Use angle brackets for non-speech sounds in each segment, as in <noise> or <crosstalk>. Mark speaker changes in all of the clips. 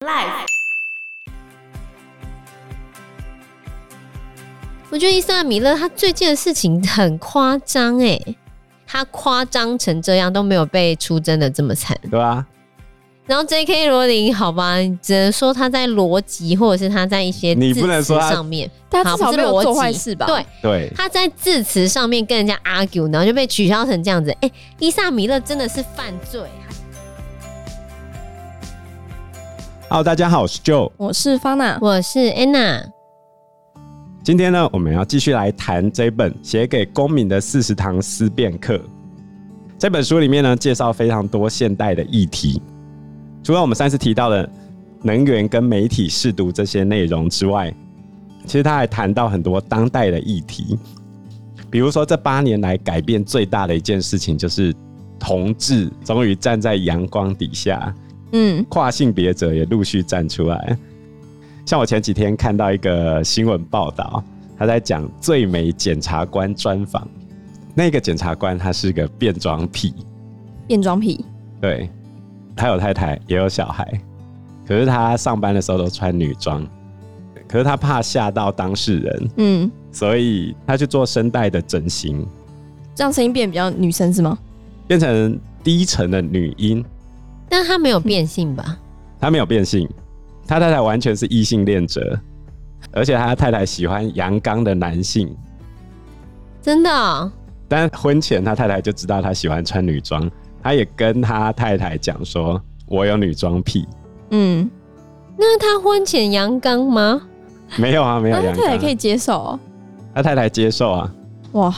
Speaker 1: Life，
Speaker 2: 我觉得伊莎米勒他最近的事情很夸张哎，他夸张成这样都没有被出征的这么惨。
Speaker 3: 对啊，
Speaker 2: 然后 J.K. 罗琳，好吧，你只能说他在逻辑或者是他在一些
Speaker 3: 你
Speaker 2: 字
Speaker 3: 不能
Speaker 2: 词
Speaker 3: 说他
Speaker 2: 上面，
Speaker 1: 但
Speaker 2: 好
Speaker 1: 至少
Speaker 2: 不是
Speaker 1: 没有
Speaker 2: 逻
Speaker 1: 做
Speaker 2: 辑
Speaker 1: 坏事吧？
Speaker 2: 对，
Speaker 3: 对，
Speaker 2: 他在字词上面跟人家 argue，然后就被取消成这样子。哎、伊萨米勒真的是犯罪。啊
Speaker 3: Hello，大家好，我是 Joe。
Speaker 1: 我是方娜，
Speaker 2: 我是 Anna，
Speaker 3: 今天呢，我们要继续来谈这本写给公民的四十堂思辨课。这本书里面呢，介绍非常多现代的议题，除了我们上次提到的能源跟媒体试读这些内容之外，其实他还谈到很多当代的议题，比如说这八年来改变最大的一件事情就是同志终于站在阳光底下，
Speaker 1: 嗯，
Speaker 3: 跨性别者也陆续站出来。像我前几天看到一个新闻报道，他在讲最美检察官专访，那个检察官他是个变装癖，
Speaker 1: 变装癖，
Speaker 3: 对，他有太太也有小孩，可是他上班的时候都穿女装，可是他怕吓到当事人，
Speaker 1: 嗯，
Speaker 3: 所以他去做声带的整形，
Speaker 1: 这样声音变比较女生是吗？
Speaker 3: 变成低沉的女音。
Speaker 2: 但他没有变性吧？
Speaker 1: 嗯
Speaker 3: 他没有变性，他太太完全是异性恋者，而且他太太喜欢阳刚的男性，
Speaker 2: 真的、哦？
Speaker 3: 但婚前他太太就知道他喜欢穿女装，他也跟他太太讲说：“我有女装癖。
Speaker 1: 嗯，
Speaker 2: 那他婚前阳刚吗？”
Speaker 3: 没有啊，没有
Speaker 1: 那
Speaker 3: 阳
Speaker 1: 他
Speaker 3: 刚啊、
Speaker 1: 太太可以接受哦，
Speaker 3: 他太太接受啊，
Speaker 1: 哇，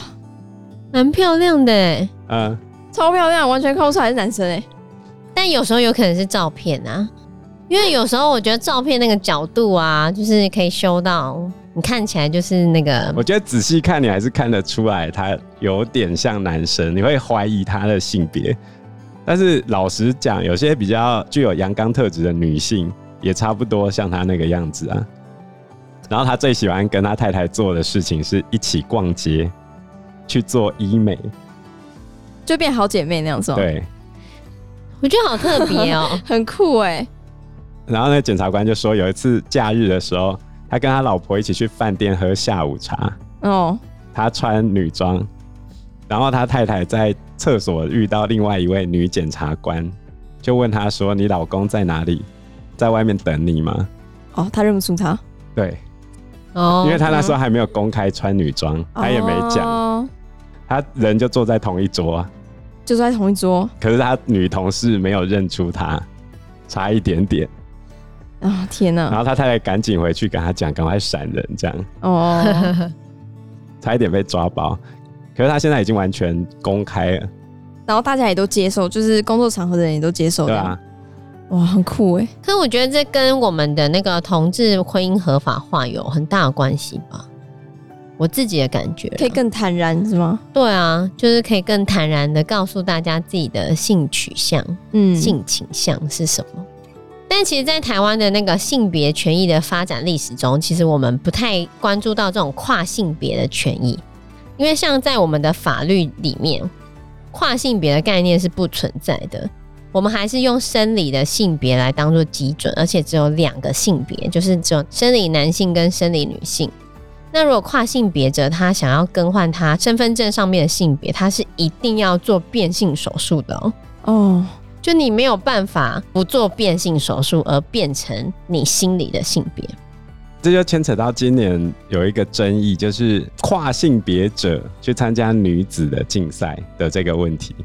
Speaker 2: 蛮漂亮的欸，
Speaker 3: 嗯、
Speaker 1: 超漂亮，完全看不出来是男生哎，
Speaker 2: 但有时候有可能是照片啊，因为有时候我觉得照片那个角度啊，就是可以修到你看起来就是那个 <laughs>
Speaker 3: 我觉得仔细看你还是看得出来他有点像男生，你会怀疑他的性别。但是老实讲，有些比较具有阳刚特质的女性，也差不多像他那个样子啊。然后他最喜欢跟他太太做的事情是一起逛街，去做医美。
Speaker 1: 就变好姐妹那样子哦，。
Speaker 3: 对，
Speaker 2: 我觉得好特别
Speaker 3: <laughs>
Speaker 2: 哦
Speaker 1: 很酷哎，
Speaker 3: 然后那检察官就说，有一次假日的时候，他跟他老婆一起去饭店喝下午茶，
Speaker 1: 哦，
Speaker 3: 他穿女装，然后他太太在厕所遇到另外一位女检察官，就问他说：“你老公在哪里？在外面等你吗
Speaker 1: 哦，他认不出他，？”
Speaker 3: 对，
Speaker 2: 哦
Speaker 3: 因为他那时候还没有公开穿女装，他也没讲，
Speaker 1: 哦，
Speaker 3: 他人就坐在同一桌啊，
Speaker 1: 就坐在同一桌
Speaker 3: 可是他女同事没有认出他，差一点点，
Speaker 1: 啊，天
Speaker 3: 然
Speaker 1: 哪，
Speaker 3: 后他太太赶紧回去跟他讲，赶快闪人，这样
Speaker 1: 哦， <laughs>
Speaker 3: 差一点被抓包。可是他现在已经完全公开了，
Speaker 1: 然后大家也都接受，就是工作场合的人也都接受
Speaker 3: 对
Speaker 1: 的，
Speaker 3: 啊，
Speaker 1: 哇，很酷哎，
Speaker 2: 可我觉得这跟我们的那个同志婚姻合法化有很大的关系吧，我自己的感觉啦。
Speaker 1: 可以更坦然是吗？
Speaker 2: 对啊，就是可以更坦然的告诉大家自己的性取向、
Speaker 1: 嗯，
Speaker 2: 性倾向是什么。但其实，在台湾的那个性别权益的发展历史中，其实我们不太关注到这种跨性别的权益，因为像在我们的法律里面，跨性别的概念是不存在的。我们还是用生理的性别来当做基准，而且只有两个性别，就是只有生理男性跟生理女性。那如果跨性别者他想要更换他身份证上面的性别，他是一定要做变性手术的、哦。
Speaker 1: 哦，
Speaker 2: 就你没有办法不做变性手术而变成你心里的性别。
Speaker 3: 这就牵扯到今年有一个争议，就是跨性别者去参加女子的竞赛的这个问题。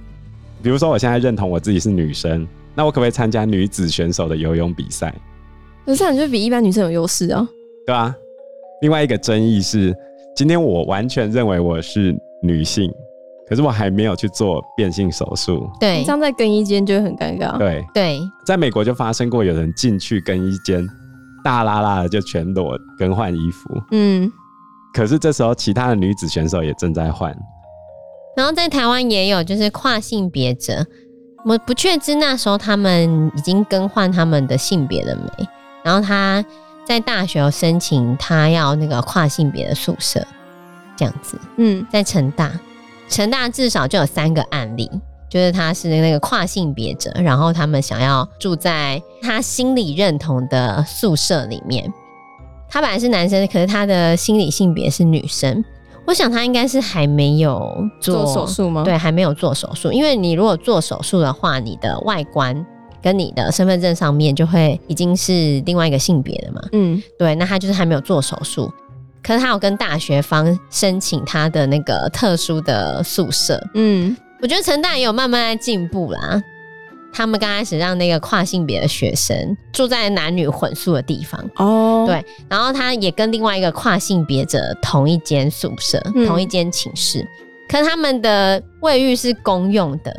Speaker 3: 比如说，我现在认同我自己是女生，那我可不可以参加女子选手的游泳比赛？
Speaker 1: 可是这样你就比一般女生有优势啊，
Speaker 3: 对吧、另外一个争议是，今天我完全认为我是女性，可是我还没有去做变性手术。
Speaker 2: 对
Speaker 1: 你这样在更衣间就会很尴尬。
Speaker 3: 对，
Speaker 2: 对，
Speaker 3: 在美国就发生过有人进去更衣间，大拉拉的就全裸更换衣服，
Speaker 1: 嗯，
Speaker 3: 可是这时候其他的女子选手也正在换。
Speaker 2: 然后在台湾也有就是跨性别者，我不确知那时候他们已经更换他们的性别了没。然后他在大学有申请他要那个跨性别的宿舍，这样子。
Speaker 1: 嗯，
Speaker 2: 在成大，成大至少就有三个案例，就是他是那个跨性别者，然后他们想要住在他心理认同的宿舍里面。他本来是男生，可是他的心理性别是女生。我想他应该是还没有做
Speaker 1: 做手术吗？
Speaker 2: 对，，还没有做手术，因为你如果做手术的话，你的外观跟你的身份证上面就会已经是另外一个性别了嘛。
Speaker 1: 嗯，
Speaker 2: 对，那他就是还没有做手术，可是他有跟大学方申请他的那个特殊的宿舍。
Speaker 1: 嗯，
Speaker 2: 我觉得成大也有慢慢在进步啦。他们刚开始让那个跨性别的学生住在男女混宿的地方，
Speaker 1: 哦，
Speaker 2: 对然后他也跟另外一个跨性别者同一间宿舍、
Speaker 1: 嗯
Speaker 2: 同一间寝室，可他们的卫浴是公用的，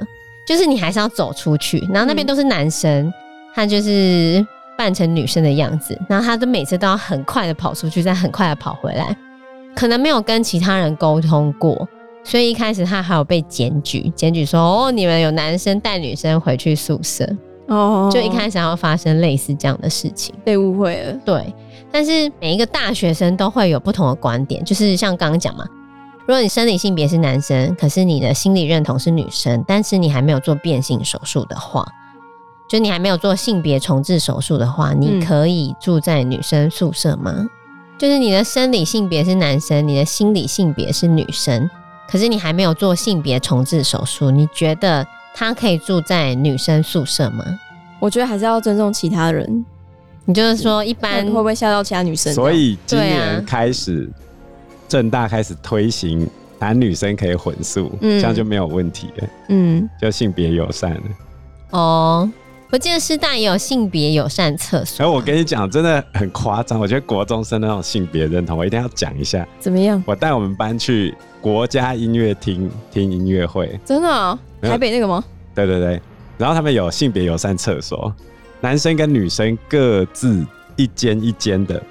Speaker 2: 就是你还是要走出去，然后那边
Speaker 1: 嗯
Speaker 2: 都是男生，他就是扮成女生的样子，然后他都每次都要很快的跑出去，再很快的跑回来，可能没有跟其他人沟通过。所以一开始他还有被检举，检举说哦，你们有男生带女生回去宿舍，
Speaker 1: 哦，
Speaker 2: 就一开始要发生类似这样的事情。
Speaker 1: 被误会了，
Speaker 2: 对，但是每一个大学生都会有不同的观点，就是像刚刚讲嘛，如果你生理性别是男生，可是你的心理认同是女生，但是你还没有做变性手术的话，就你还没有做性别重置手术的话，你
Speaker 1: 嗯
Speaker 2: 可以住在女生宿舍吗？就是你的生理性别是男生，你的心理性别是女生，可是你还没有做性别重置手术，你觉得他可以住在女生宿舍吗？
Speaker 1: 我觉得还是要尊重其他人，
Speaker 2: 你就是说一般
Speaker 1: 会不会吓到其他女生？
Speaker 3: 所以今
Speaker 2: 对啊
Speaker 3: 年开始，正大开始推行男女生可以混宿，
Speaker 1: 嗯
Speaker 3: 这样就没有问题了，
Speaker 1: 这样，嗯，
Speaker 3: 就性别友善了。
Speaker 2: 哦，我记得师大也有性别友善厕所。
Speaker 3: 然后我跟你讲，真的很夸张，我觉得国中生那种性别认同，我一定要讲一下。
Speaker 1: 怎么样？
Speaker 3: 我带我们班去国家音乐厅听音乐会，
Speaker 1: 真的啊、
Speaker 3: 没有
Speaker 1: 台北那个吗？
Speaker 3: 对对对，然后他们有性别友善厕所，男生跟女生各自一间一间的，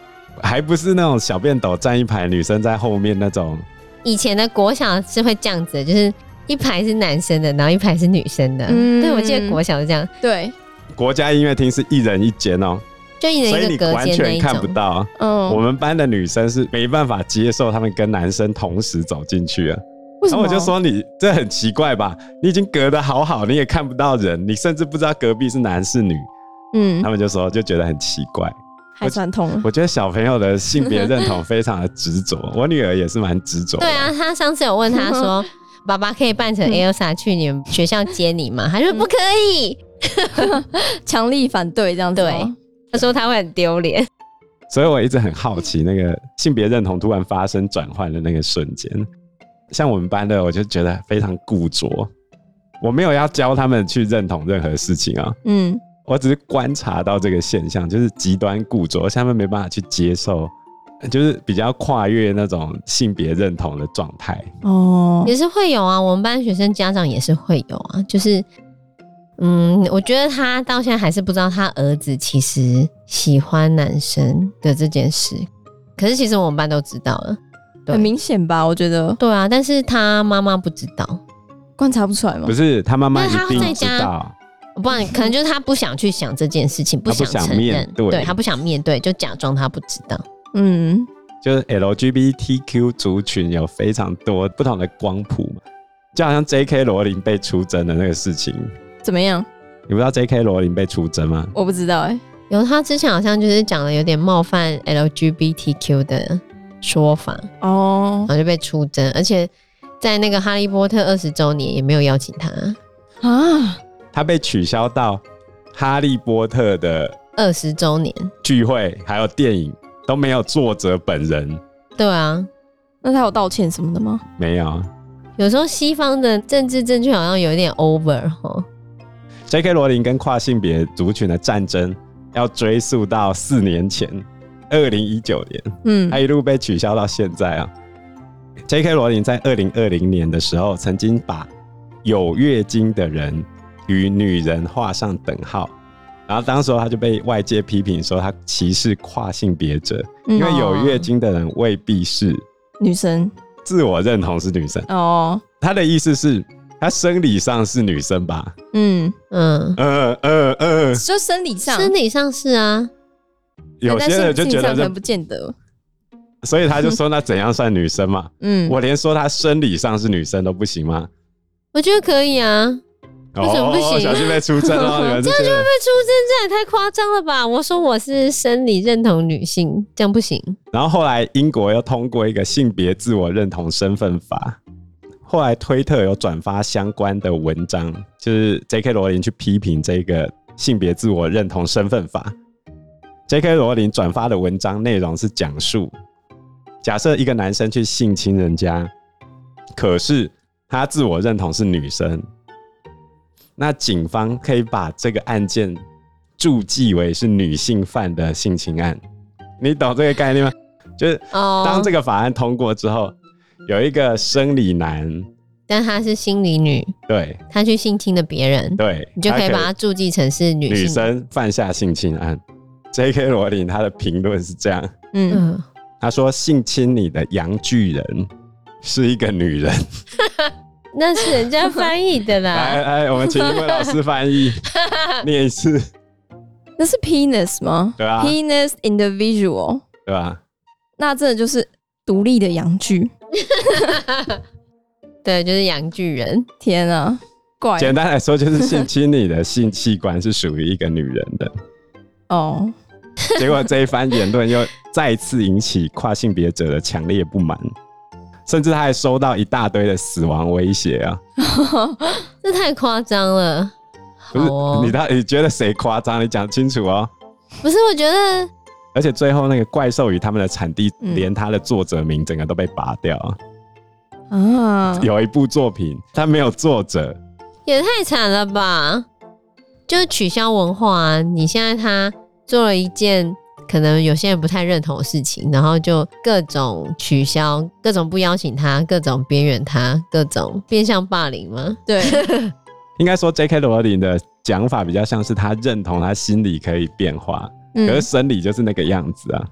Speaker 3: 还不是那种小便斗站一排，女生在后面那种。
Speaker 2: 以前的国小是会这样子的，就是一排是男生的，然后一排是女生的。
Speaker 1: 嗯
Speaker 2: 对，我记得国小是这样，
Speaker 1: 对，
Speaker 3: 国家音乐厅是一人一间哦、
Speaker 2: 就一人
Speaker 3: 所以
Speaker 2: 一
Speaker 3: 你
Speaker 2: 个隔
Speaker 3: 完
Speaker 2: 间那
Speaker 3: 全
Speaker 2: 一
Speaker 3: 看不
Speaker 2: 种。
Speaker 3: 到。我
Speaker 1: 嗯，
Speaker 3: 们班的女生是没办法接受他们跟男生同时走进去啊。
Speaker 1: 为什
Speaker 3: 然
Speaker 1: 么？
Speaker 3: 后我就，说你这很奇怪吧？你已经隔得好好，你也看不到人，你甚至不知道隔壁是男是女。
Speaker 1: 嗯
Speaker 3: 他，们就说就觉得很奇怪。
Speaker 1: 还啊传
Speaker 3: <laughs>
Speaker 1: 统了，
Speaker 3: 我觉得小朋友的性别认同非常的执
Speaker 2: <laughs>
Speaker 3: 着，我女儿也是蛮执着。
Speaker 2: 对啊，，他上次有问他说。爸爸可以扮成
Speaker 1: 嗯
Speaker 2: Elsa 去你们学校接你吗？他说不可以，
Speaker 1: 强力反对这样子吗，
Speaker 2: 对他说他会很丢脸。
Speaker 3: 所以我一直很好奇那个性别认同突然发生转换的那个瞬间。像我们班的，我就觉得非常固着，我没有要教他们去认同任何事情啊，
Speaker 1: 嗯，
Speaker 3: 我只是观察到这个现象，就是极端固着，而且他们没办法去接受，就是比较跨越那种性别认同的状态。
Speaker 1: 哦，
Speaker 2: 也是会有啊，我们班学生家长也是会有啊，就是，嗯，我觉得他到现在还是不知道他儿子其实喜欢男生的这件事，可是其实我们班都知道了，对
Speaker 1: 很明显吧？我觉得
Speaker 2: 对啊，但是他妈妈不知道，
Speaker 1: 观察不出来吗
Speaker 3: 不？是他妈妈
Speaker 2: 但是他
Speaker 3: 一定
Speaker 2: 在
Speaker 3: 知
Speaker 2: 家
Speaker 3: 道，
Speaker 2: 不然可能就是他不想去想这件事情，
Speaker 3: 他不想
Speaker 2: 承认
Speaker 3: 面，对
Speaker 2: 他不想面对，就假装他不知道，
Speaker 1: 嗯，
Speaker 3: 就是 LGBTQ 族群有非常多不同的光谱嘛，就好像 J.K. 罗琳被出征的那个事情，
Speaker 1: 怎么样？
Speaker 3: 你不知道 J.K. 罗琳被出征吗？
Speaker 1: 我不知道哎、
Speaker 2: 有他之前好像就是讲了有点冒犯 LGBTQ 的说法，
Speaker 1: 哦
Speaker 2: 然后就被出征，而且在那个《哈利波特》二十周年也没有邀请他，
Speaker 1: 啊，
Speaker 3: 她被取消到《哈利波特》的
Speaker 2: 二十周年，
Speaker 3: 聚会，还有电影都没有作者本人，
Speaker 2: 对啊。
Speaker 1: 那他有道歉什么的吗？
Speaker 3: 没有。
Speaker 2: 有时候西方的政治正确好像有一点 over 哈，
Speaker 3: J.K. 罗琳跟跨性别族群的战争要追溯到四年前，二零一九年。
Speaker 1: 嗯
Speaker 3: 他一路被取消到现在啊。J.K. 罗琳在二零二零年的时候，曾经把有月经的人与女人画上等号，然后当时候他就被外界批评说他歧视跨性别者，
Speaker 1: 嗯
Speaker 3: 因为有月经的人未必是
Speaker 1: 女生
Speaker 3: 自我认同是女生。
Speaker 1: 哦，
Speaker 3: 他的意思是，他生理上是女生吧？ <laughs>
Speaker 1: 嗯，
Speaker 2: 嗯，
Speaker 3: 呃呃呃，
Speaker 1: 就生理上，
Speaker 2: 生理上是啊，
Speaker 3: 有
Speaker 1: 哎但
Speaker 3: 些人就
Speaker 1: 性
Speaker 3: 觉
Speaker 1: 上
Speaker 3: 得
Speaker 1: 可能
Speaker 3: 这，
Speaker 1: 不见得，
Speaker 3: 所以他就说那怎样算女生嘛？
Speaker 1: 嗯，
Speaker 3: 我连说他生理上是女生都不行吗？
Speaker 2: 我觉得可以啊，为什么不行
Speaker 3: 小心被出征
Speaker 2: <laughs>
Speaker 3: 哦！你们这些人
Speaker 2: 被出征这也太夸张了吧！我说我是生理认同女性，这样不行。
Speaker 3: 然后后来英国又通过一个性别自我认同身份法，后来推特有转发相关的文章，就是 J.K. 罗琳去批评这个性别自我认同身份法。J.K. 罗琳转发的文章内容是讲述，假设一个男生去性侵人家，可是他自我认同是女生，那警方可以把这个案件注记为是女性犯的性侵案。你懂这个概念吗？就是
Speaker 2: 哦，
Speaker 3: 当这个法案通过之后，有一个生理男，
Speaker 2: 但她是心理女，
Speaker 3: 对
Speaker 2: 她去性侵了别人，
Speaker 3: 对，
Speaker 2: 你就可以
Speaker 3: 他
Speaker 2: 把她注记成是女性。
Speaker 3: 女生犯下性侵案。J.K. 罗琳她的评论是这样，
Speaker 1: 嗯，
Speaker 2: 嗯，
Speaker 3: 她说性侵你的洋巨人是一个女人。
Speaker 2: 那是人家翻译的啦。
Speaker 3: 来来，哎我们请一位老师
Speaker 2: <laughs>
Speaker 3: 翻译念一次，
Speaker 1: 那是 penis 吗？
Speaker 3: 对
Speaker 2: <laughs>
Speaker 3: 啊
Speaker 1: penis individual，
Speaker 3: 对吧？
Speaker 1: 那真的就是独立的阳具。
Speaker 2: 对，就是洋巨人。
Speaker 1: 天啊，怪
Speaker 3: 简单来说，就是性侵你的性器官是属于一个女人的。
Speaker 1: 哦，
Speaker 3: <laughs> 结果这一番言论又再次引起跨性别者的强烈不满，甚至他还收到一大堆的死亡威胁啊！
Speaker 2: 这太夸张了。
Speaker 3: 不是、
Speaker 2: 好哦
Speaker 3: 你到底觉得谁夸张？你讲清楚哦！
Speaker 2: 不是，我觉得
Speaker 3: 而且最后那个怪兽与他们的产地，
Speaker 1: 嗯
Speaker 3: 连他的作者名整个都被拔掉啊。<laughs>
Speaker 1: 啊，
Speaker 3: 有一部作品，他没有作者，
Speaker 2: 也太惨了吧！就是取消文化、啊，你现在他做了一件可能有些人不太认同的事情，然后就各种取消，各种不邀请他，各种边缘他，各种变相霸凌吗？
Speaker 3: <laughs>
Speaker 1: 对，
Speaker 3: 应该说 J.K. 罗琳的讲法比较像是他认同他心理可以变化，可是
Speaker 1: 嗯，
Speaker 3: 生理就是那个样子啊。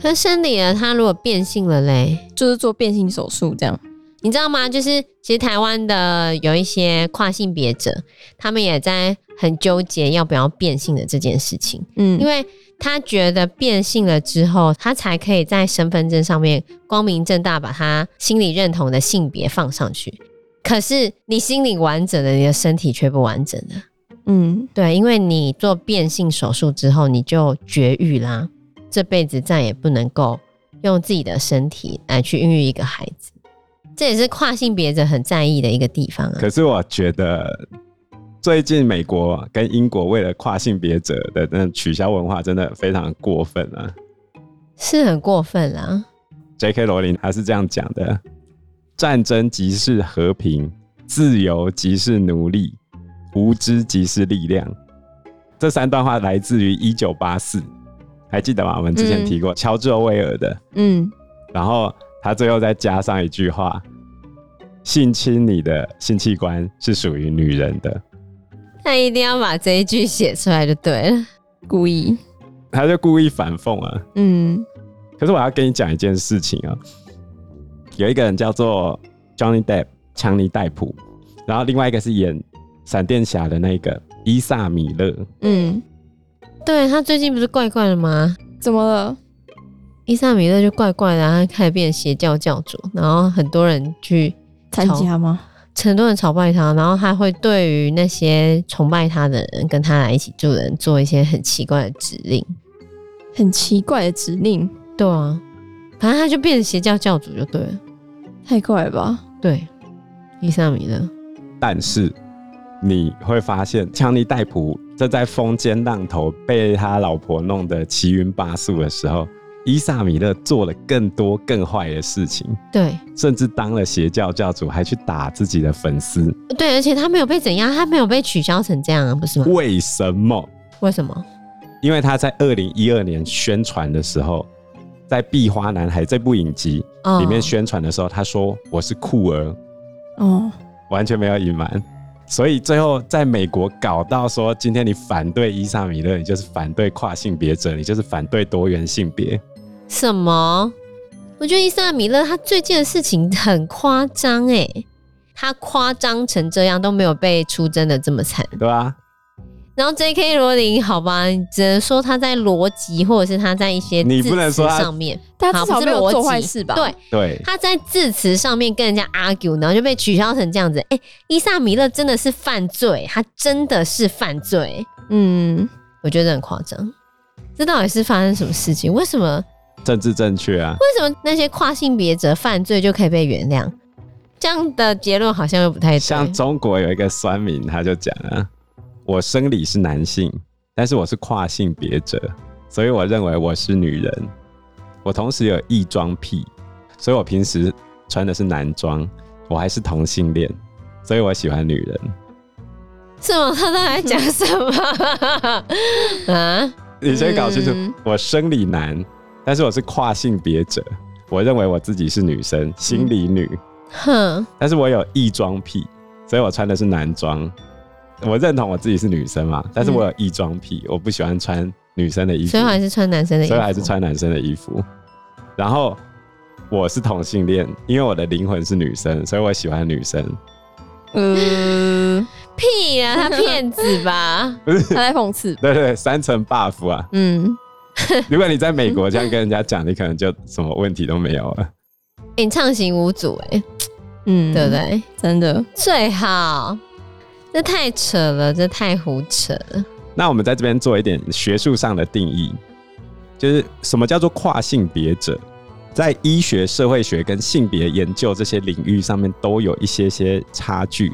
Speaker 2: 可是生理了，他如果变性了嘞，
Speaker 1: 就是做变性手术这样。
Speaker 2: 你知道吗？就是其实台湾的有一些跨性别者，他们也在很纠结要不要变性的这件事情，
Speaker 1: 嗯
Speaker 2: 因，为他觉得变性了之后，他才可以在身份证上面光明正大把他心里认同的性别放上去。可是你心里完整的，你的身体却不完整的。
Speaker 1: 嗯，
Speaker 2: 对，因为你做变性手术之后，你就绝育啦，这辈子再也不能够用自己的身体来去孕育一个孩子，这也是跨性别者很在意的一个地方啊。
Speaker 3: 可是我觉得最近美国跟英国为了跨性别者的那取消文化真的非常过分啊。
Speaker 2: 是很过分啦。
Speaker 3: J.K. 罗琳他是这样讲的：战争即是和平，自由即是奴隶，无知即是力量。这三段话来自于一九八四，还记得吗？我们之前
Speaker 1: 嗯
Speaker 3: 提过乔治·欧威尔的。
Speaker 1: 嗯，
Speaker 3: 然后他最后再加上一句话：性侵你的性器官是属于女人的。
Speaker 2: 他一定要把这一句写出来就对了。
Speaker 1: 故意，
Speaker 3: 他就故意反讽啊。
Speaker 1: 嗯
Speaker 3: 可是我要跟你讲一件事情啊，有一个人叫做 Johnny Depp 强尼戴普，然后另外一个是演闪电侠的那个伊萨米勒。
Speaker 1: 嗯，
Speaker 2: 对他最近不是怪怪的吗？
Speaker 1: 怎么了？
Speaker 2: 伊萨米勒就怪怪的、啊，他开始变邪教教主，然后很多人去
Speaker 1: 参加吗？
Speaker 2: 很多人朝拜他，然后他会对于那些崇拜他的人跟他来一起住的人做一些很奇怪的指令。
Speaker 1: 很奇怪的指令，
Speaker 2: 对啊，反正他就变成邪教教主就对了。
Speaker 1: 太怪了吧？
Speaker 2: 对，伊萨米勒，
Speaker 3: 但是你会发现，强尼戴普这在风尖浪头被他老婆弄得七晕八素的时候，伊萨米勒做了更多更坏的事情，
Speaker 2: 对
Speaker 3: 甚至当了邪教教主，还去打自己的粉丝。
Speaker 2: 对，而且他没有被怎样，他没有被取消成这样啊，不是吗？
Speaker 3: 为什么？
Speaker 2: 为什么？
Speaker 3: 因为他在二零一二年宣传的时候，在《壁花男孩》这部影集
Speaker 2: 哦
Speaker 3: 里面宣传的时候，他说我是酷儿，
Speaker 1: 哦，
Speaker 3: 完全没有隐瞒。所以最后在美国搞到说，今天你反对伊莎米勒，你就是反对跨性别者，你就是反对多元性别。
Speaker 2: 什么？我觉得伊萨米勒他最近的事情很夸张欸哎，他夸张成这样都没有被出征的这么惨。
Speaker 3: 对吧？
Speaker 2: 然后 J.K. 罗琳，好吧，你只能说他在逻辑或者是他在一些
Speaker 3: 你
Speaker 2: 字
Speaker 3: 不能
Speaker 2: 词
Speaker 3: 说他
Speaker 2: 上面，
Speaker 1: 他
Speaker 2: 好
Speaker 1: 至少
Speaker 2: 不是
Speaker 1: 没有
Speaker 2: 逻
Speaker 1: 做
Speaker 2: 辑
Speaker 1: 坏事吧？
Speaker 2: 对，
Speaker 3: 对，
Speaker 2: 他在字词上面跟人家 argue，然后就被取消成这样子。哎、伊萨米勒真的是犯罪，他真的是犯罪，
Speaker 1: 嗯，
Speaker 2: 我觉得很夸张。这到底是发生什么事情？为什么
Speaker 3: 政治正确啊，
Speaker 2: 为什么那些跨性别者犯罪就可以被原谅？这样的结论好像又不太
Speaker 3: 像
Speaker 2: 对。
Speaker 3: 中国有一个酸民，他就讲啊，我生理是男性，但是我是跨性别者，所以我认为我是女人。我同时有异装癖，所以我平时穿的是男装，我还是同性恋，所以我喜欢女人。
Speaker 2: 是吗？他到底在讲什么 <laughs> 啊？
Speaker 3: 你先搞清楚，
Speaker 1: 嗯
Speaker 3: 我生理男，但是我是跨性别者，我认为我自己是女生，心理女，
Speaker 2: 哼，
Speaker 3: 但是我有异装癖，所以我穿的是男装。
Speaker 2: 嗯
Speaker 3: 我认同我自己是女生嘛，但是我有异装癖，我不喜欢穿女生的衣服，
Speaker 2: 所以我还是穿男生的衣服，
Speaker 3: 所以我还是穿男生的衣服。然后我是同性恋，因为我的灵魂是女生，所以我喜欢女生。
Speaker 1: 呃，
Speaker 2: 屁啊！他骗子
Speaker 3: <laughs>
Speaker 2: 吧？哎
Speaker 1: 他在讽刺，
Speaker 3: 对对对，三层 buff 啊！
Speaker 1: 嗯，
Speaker 3: 如果你在美国这样跟人家讲，你可能就什么问题都没有了。
Speaker 2: 你畅行无阻哎、
Speaker 1: 嗯，
Speaker 2: 对不？对？
Speaker 1: 真的，
Speaker 2: 最好，这太扯了，这太胡扯了。
Speaker 3: 那我们在这边做一点学术上的定义，就是什么叫做跨性别者，在医学、社会学跟性别研究这些领域上面都有一些些差距。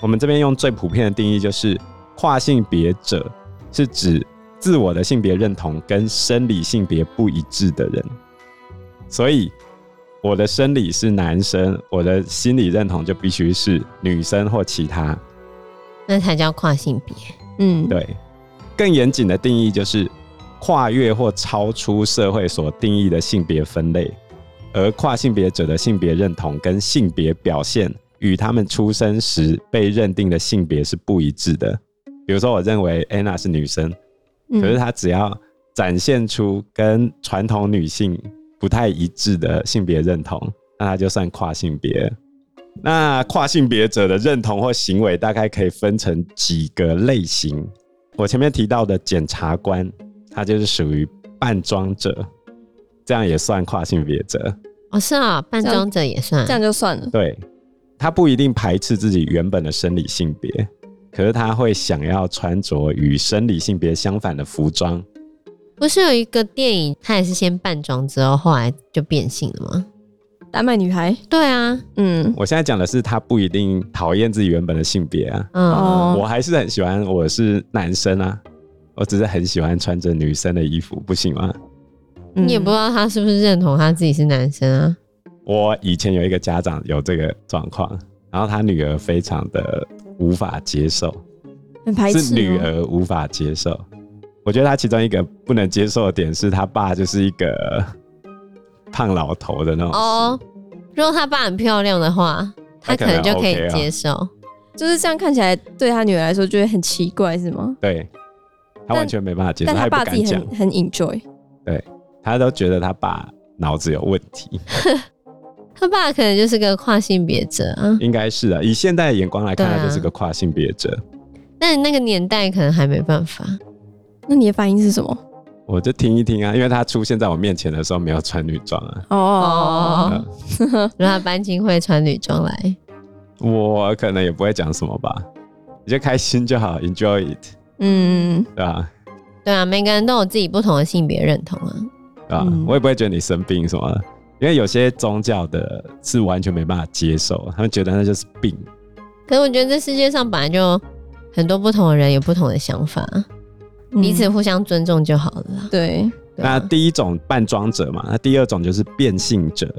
Speaker 3: 我们这边用最普遍的定义就是，跨性别者是指自我的性别认同跟生理性别不一致的人，所以。我的生理是男生，我的心理认同就必须是女生或其他。
Speaker 2: 那才叫跨性别。
Speaker 1: 嗯，
Speaker 3: 对，更严谨的定义就是跨越或超出社会所定义的性别分类，而跨性别者的性别认同跟性别表现与他们出生时被认定的性别是不一致的。比如说，我认为 Anna 是女生，
Speaker 1: 嗯
Speaker 3: 可是她只要展现出跟传统女性不太一致的性别认同，那她就算跨性别。那跨性别者的认同或行为大概可以分成几个类型。我前面提到的检察官，他就是属于扮装者，这样也算跨性别者。
Speaker 2: 哦，是啊、扮装者也算
Speaker 1: 这。样就算了，
Speaker 3: 对，他不一定排斥自己原本的生理性别，可是他会想要穿着与生理性别相反的服装。
Speaker 2: 不是有一个电影，他也是先扮装之后，后来就变性了吗？
Speaker 1: 丹麦女孩，
Speaker 2: 对啊，
Speaker 1: 嗯，
Speaker 3: 我现在讲的是他不一定讨厌自己原本的性别啊，
Speaker 2: 嗯，
Speaker 1: 哦
Speaker 3: 我还是很喜欢我是男生啊，我只是很喜欢穿着女生的衣服，不行吗？
Speaker 1: 嗯
Speaker 3: 嗯
Speaker 2: 你也不知道他是不是认同他自己是男生啊？
Speaker 3: 我以前有一个家长有这个状况，然后他女儿非常的无法接受，
Speaker 1: 很排斥
Speaker 3: 是女
Speaker 1: 哦，
Speaker 3: 儿无法接受。我觉得他其中一个不能接受的点是他爸就是一个胖老头的那种，
Speaker 2: 哦，如果他爸很漂亮的话，他
Speaker 3: 他
Speaker 2: 可
Speaker 3: 可
Speaker 2: 能
Speaker 3: 能
Speaker 2: 就可以
Speaker 3: OK 啊
Speaker 2: 接受。
Speaker 1: 就是这样看起来对她女儿来说就会很奇怪，是吗？
Speaker 3: 对他
Speaker 1: 但
Speaker 3: 完全没办法接受，
Speaker 1: 但
Speaker 3: 他
Speaker 1: 她
Speaker 3: 也
Speaker 1: 爸
Speaker 3: 不
Speaker 1: 自
Speaker 3: 敢
Speaker 1: 己
Speaker 3: 讲
Speaker 1: 很，很 enjoy，
Speaker 3: 他都觉得他爸脑子有问题，
Speaker 2: 他爸可能就是个跨性别者 <laughs> 啊，
Speaker 3: 应该是啊。以现在的眼光来看，
Speaker 2: 对啊
Speaker 3: 他就是个跨性别者。
Speaker 2: 但那个年代可能还没办法。
Speaker 1: 那你的反应是什么？
Speaker 3: 我就听一听啊，因为他出现在我面前的时候没有穿女装啊，
Speaker 1: 哦，
Speaker 2: <laughs> 哦，如果他搬进会穿女装来，
Speaker 3: 我可能也不会讲什么吧，你就开心就好，enjoy it，
Speaker 1: 嗯，
Speaker 3: 对吧？
Speaker 2: 对啊，每个人都有自己不同的性别认同啊。
Speaker 3: 对吧？
Speaker 1: 嗯
Speaker 3: 我也不会觉得你生病什么的，因为有些宗教的是完全没办法接受，他们觉得那就是病。
Speaker 2: 可是我觉得这世界上本来就很多不同的人有不同的想法，
Speaker 1: 嗯
Speaker 2: 彼此互相尊重就好了啦。
Speaker 1: 对，
Speaker 2: 对啊
Speaker 3: 那第一种扮装者嘛，那第二种就是变性者。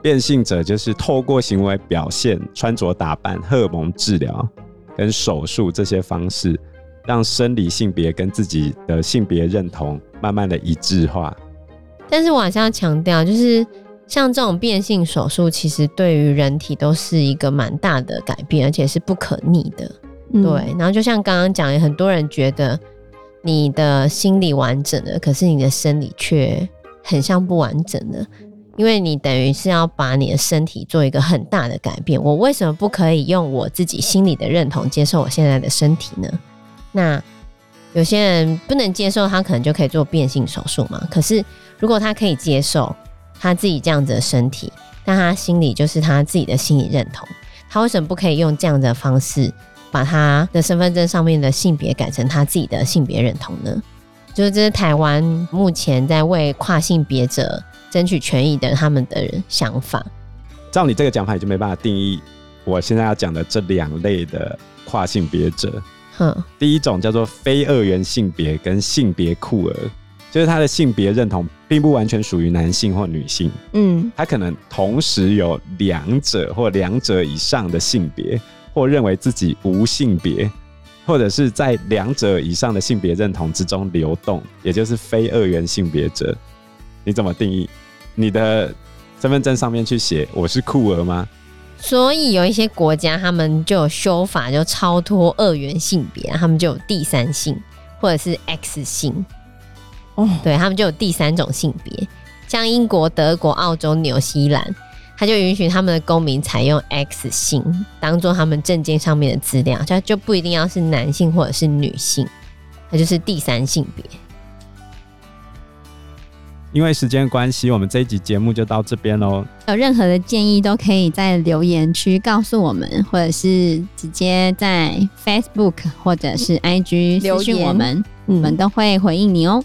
Speaker 3: 变性者就是透过行为表现、穿着打扮、荷尔蒙治疗跟手术这些方式，让生理性别跟自己的性别认同慢慢的一致化。
Speaker 2: 但是我还是要强调，就是像这种变性手术，其实对于人体都是一个蛮大的改变，而且是不可逆的。
Speaker 1: 嗯
Speaker 2: 对，，然后就像刚刚讲，有很多人觉得你的心理完整了，可是你的生理却很像不完整的，因为你等于是要把你的身体做一个很大的改变。我为什么不可以用我自己心里的认同接受我现在的身体呢？那有些人不能接受，他可能就可以做变性手术嘛。可是如果他可以接受他自己这样子的身体，那他心里就是他自己的心理认同。他为什么不可以用这样的方式，把他的身份证上面的性别改成他自己的性别认同呢？就是这是台湾目前在为跨性别者争取权益的他们的想法。
Speaker 3: 照你这个讲法，你就没办法定义我现在要讲的这两类的跨性别者。
Speaker 2: 哼，
Speaker 3: 第一种叫做非二元性别跟性别酷儿，就是他的性别认同并不完全属于男性或女性，
Speaker 1: 嗯，
Speaker 3: 他可能同时有两者或两者以上的性别，或认为自己无性别，或者是在两者以上的性别认同之中流动，也就是非二元性别者。你怎么定义？你的身份证上面去写我是酷儿吗？
Speaker 2: 所以有一些国家他们就有修法，就超脱二元性别，他们就有第三性或者是 X 性，
Speaker 1: 哦，
Speaker 2: 对他们就有第三种性别。像英国、德国、澳洲、纽西兰，他就允许他们的公民采用 X 性当做他们证件上面的资料，就就不一定要是男性或者是女性，它就是第三性别。
Speaker 3: 因为时间关系，我们这一集节目就到这边喽。
Speaker 4: 有任何的建议都可以在留言区告诉我们，或者是直接在 Facebook 或者是 IG
Speaker 1: 嗯留
Speaker 4: 私讯
Speaker 1: 言
Speaker 4: 我们，我们
Speaker 1: 嗯，
Speaker 4: 都会回应你哦。